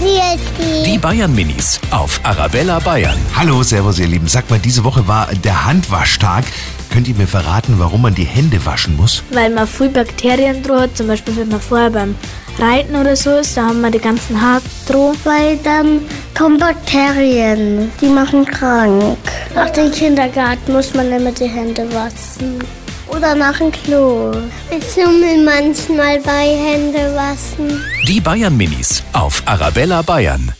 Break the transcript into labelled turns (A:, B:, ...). A: Wie ist
B: Die Bayern Minis auf Arabella Bayern.
C: Hallo, Servus, ihr Lieben. Sagt mal, diese Woche war der Handwaschtag. Könnt ihr mir verraten, warum man die Hände waschen muss?
D: weil man früh Bakterien droht, zum Beispiel wenn man vorher beim Reiten oder so ist, da haben wir die ganzen Haare drauf.
A: Weil dann kommen Bakterien, die machen krank. Nach dem Kindergarten muss man immer die Hände waschen. Oder nach dem Klo. Ich schummel manchmal bei Hände waschen.
B: Die Bayern Minis auf Arabella Bayern.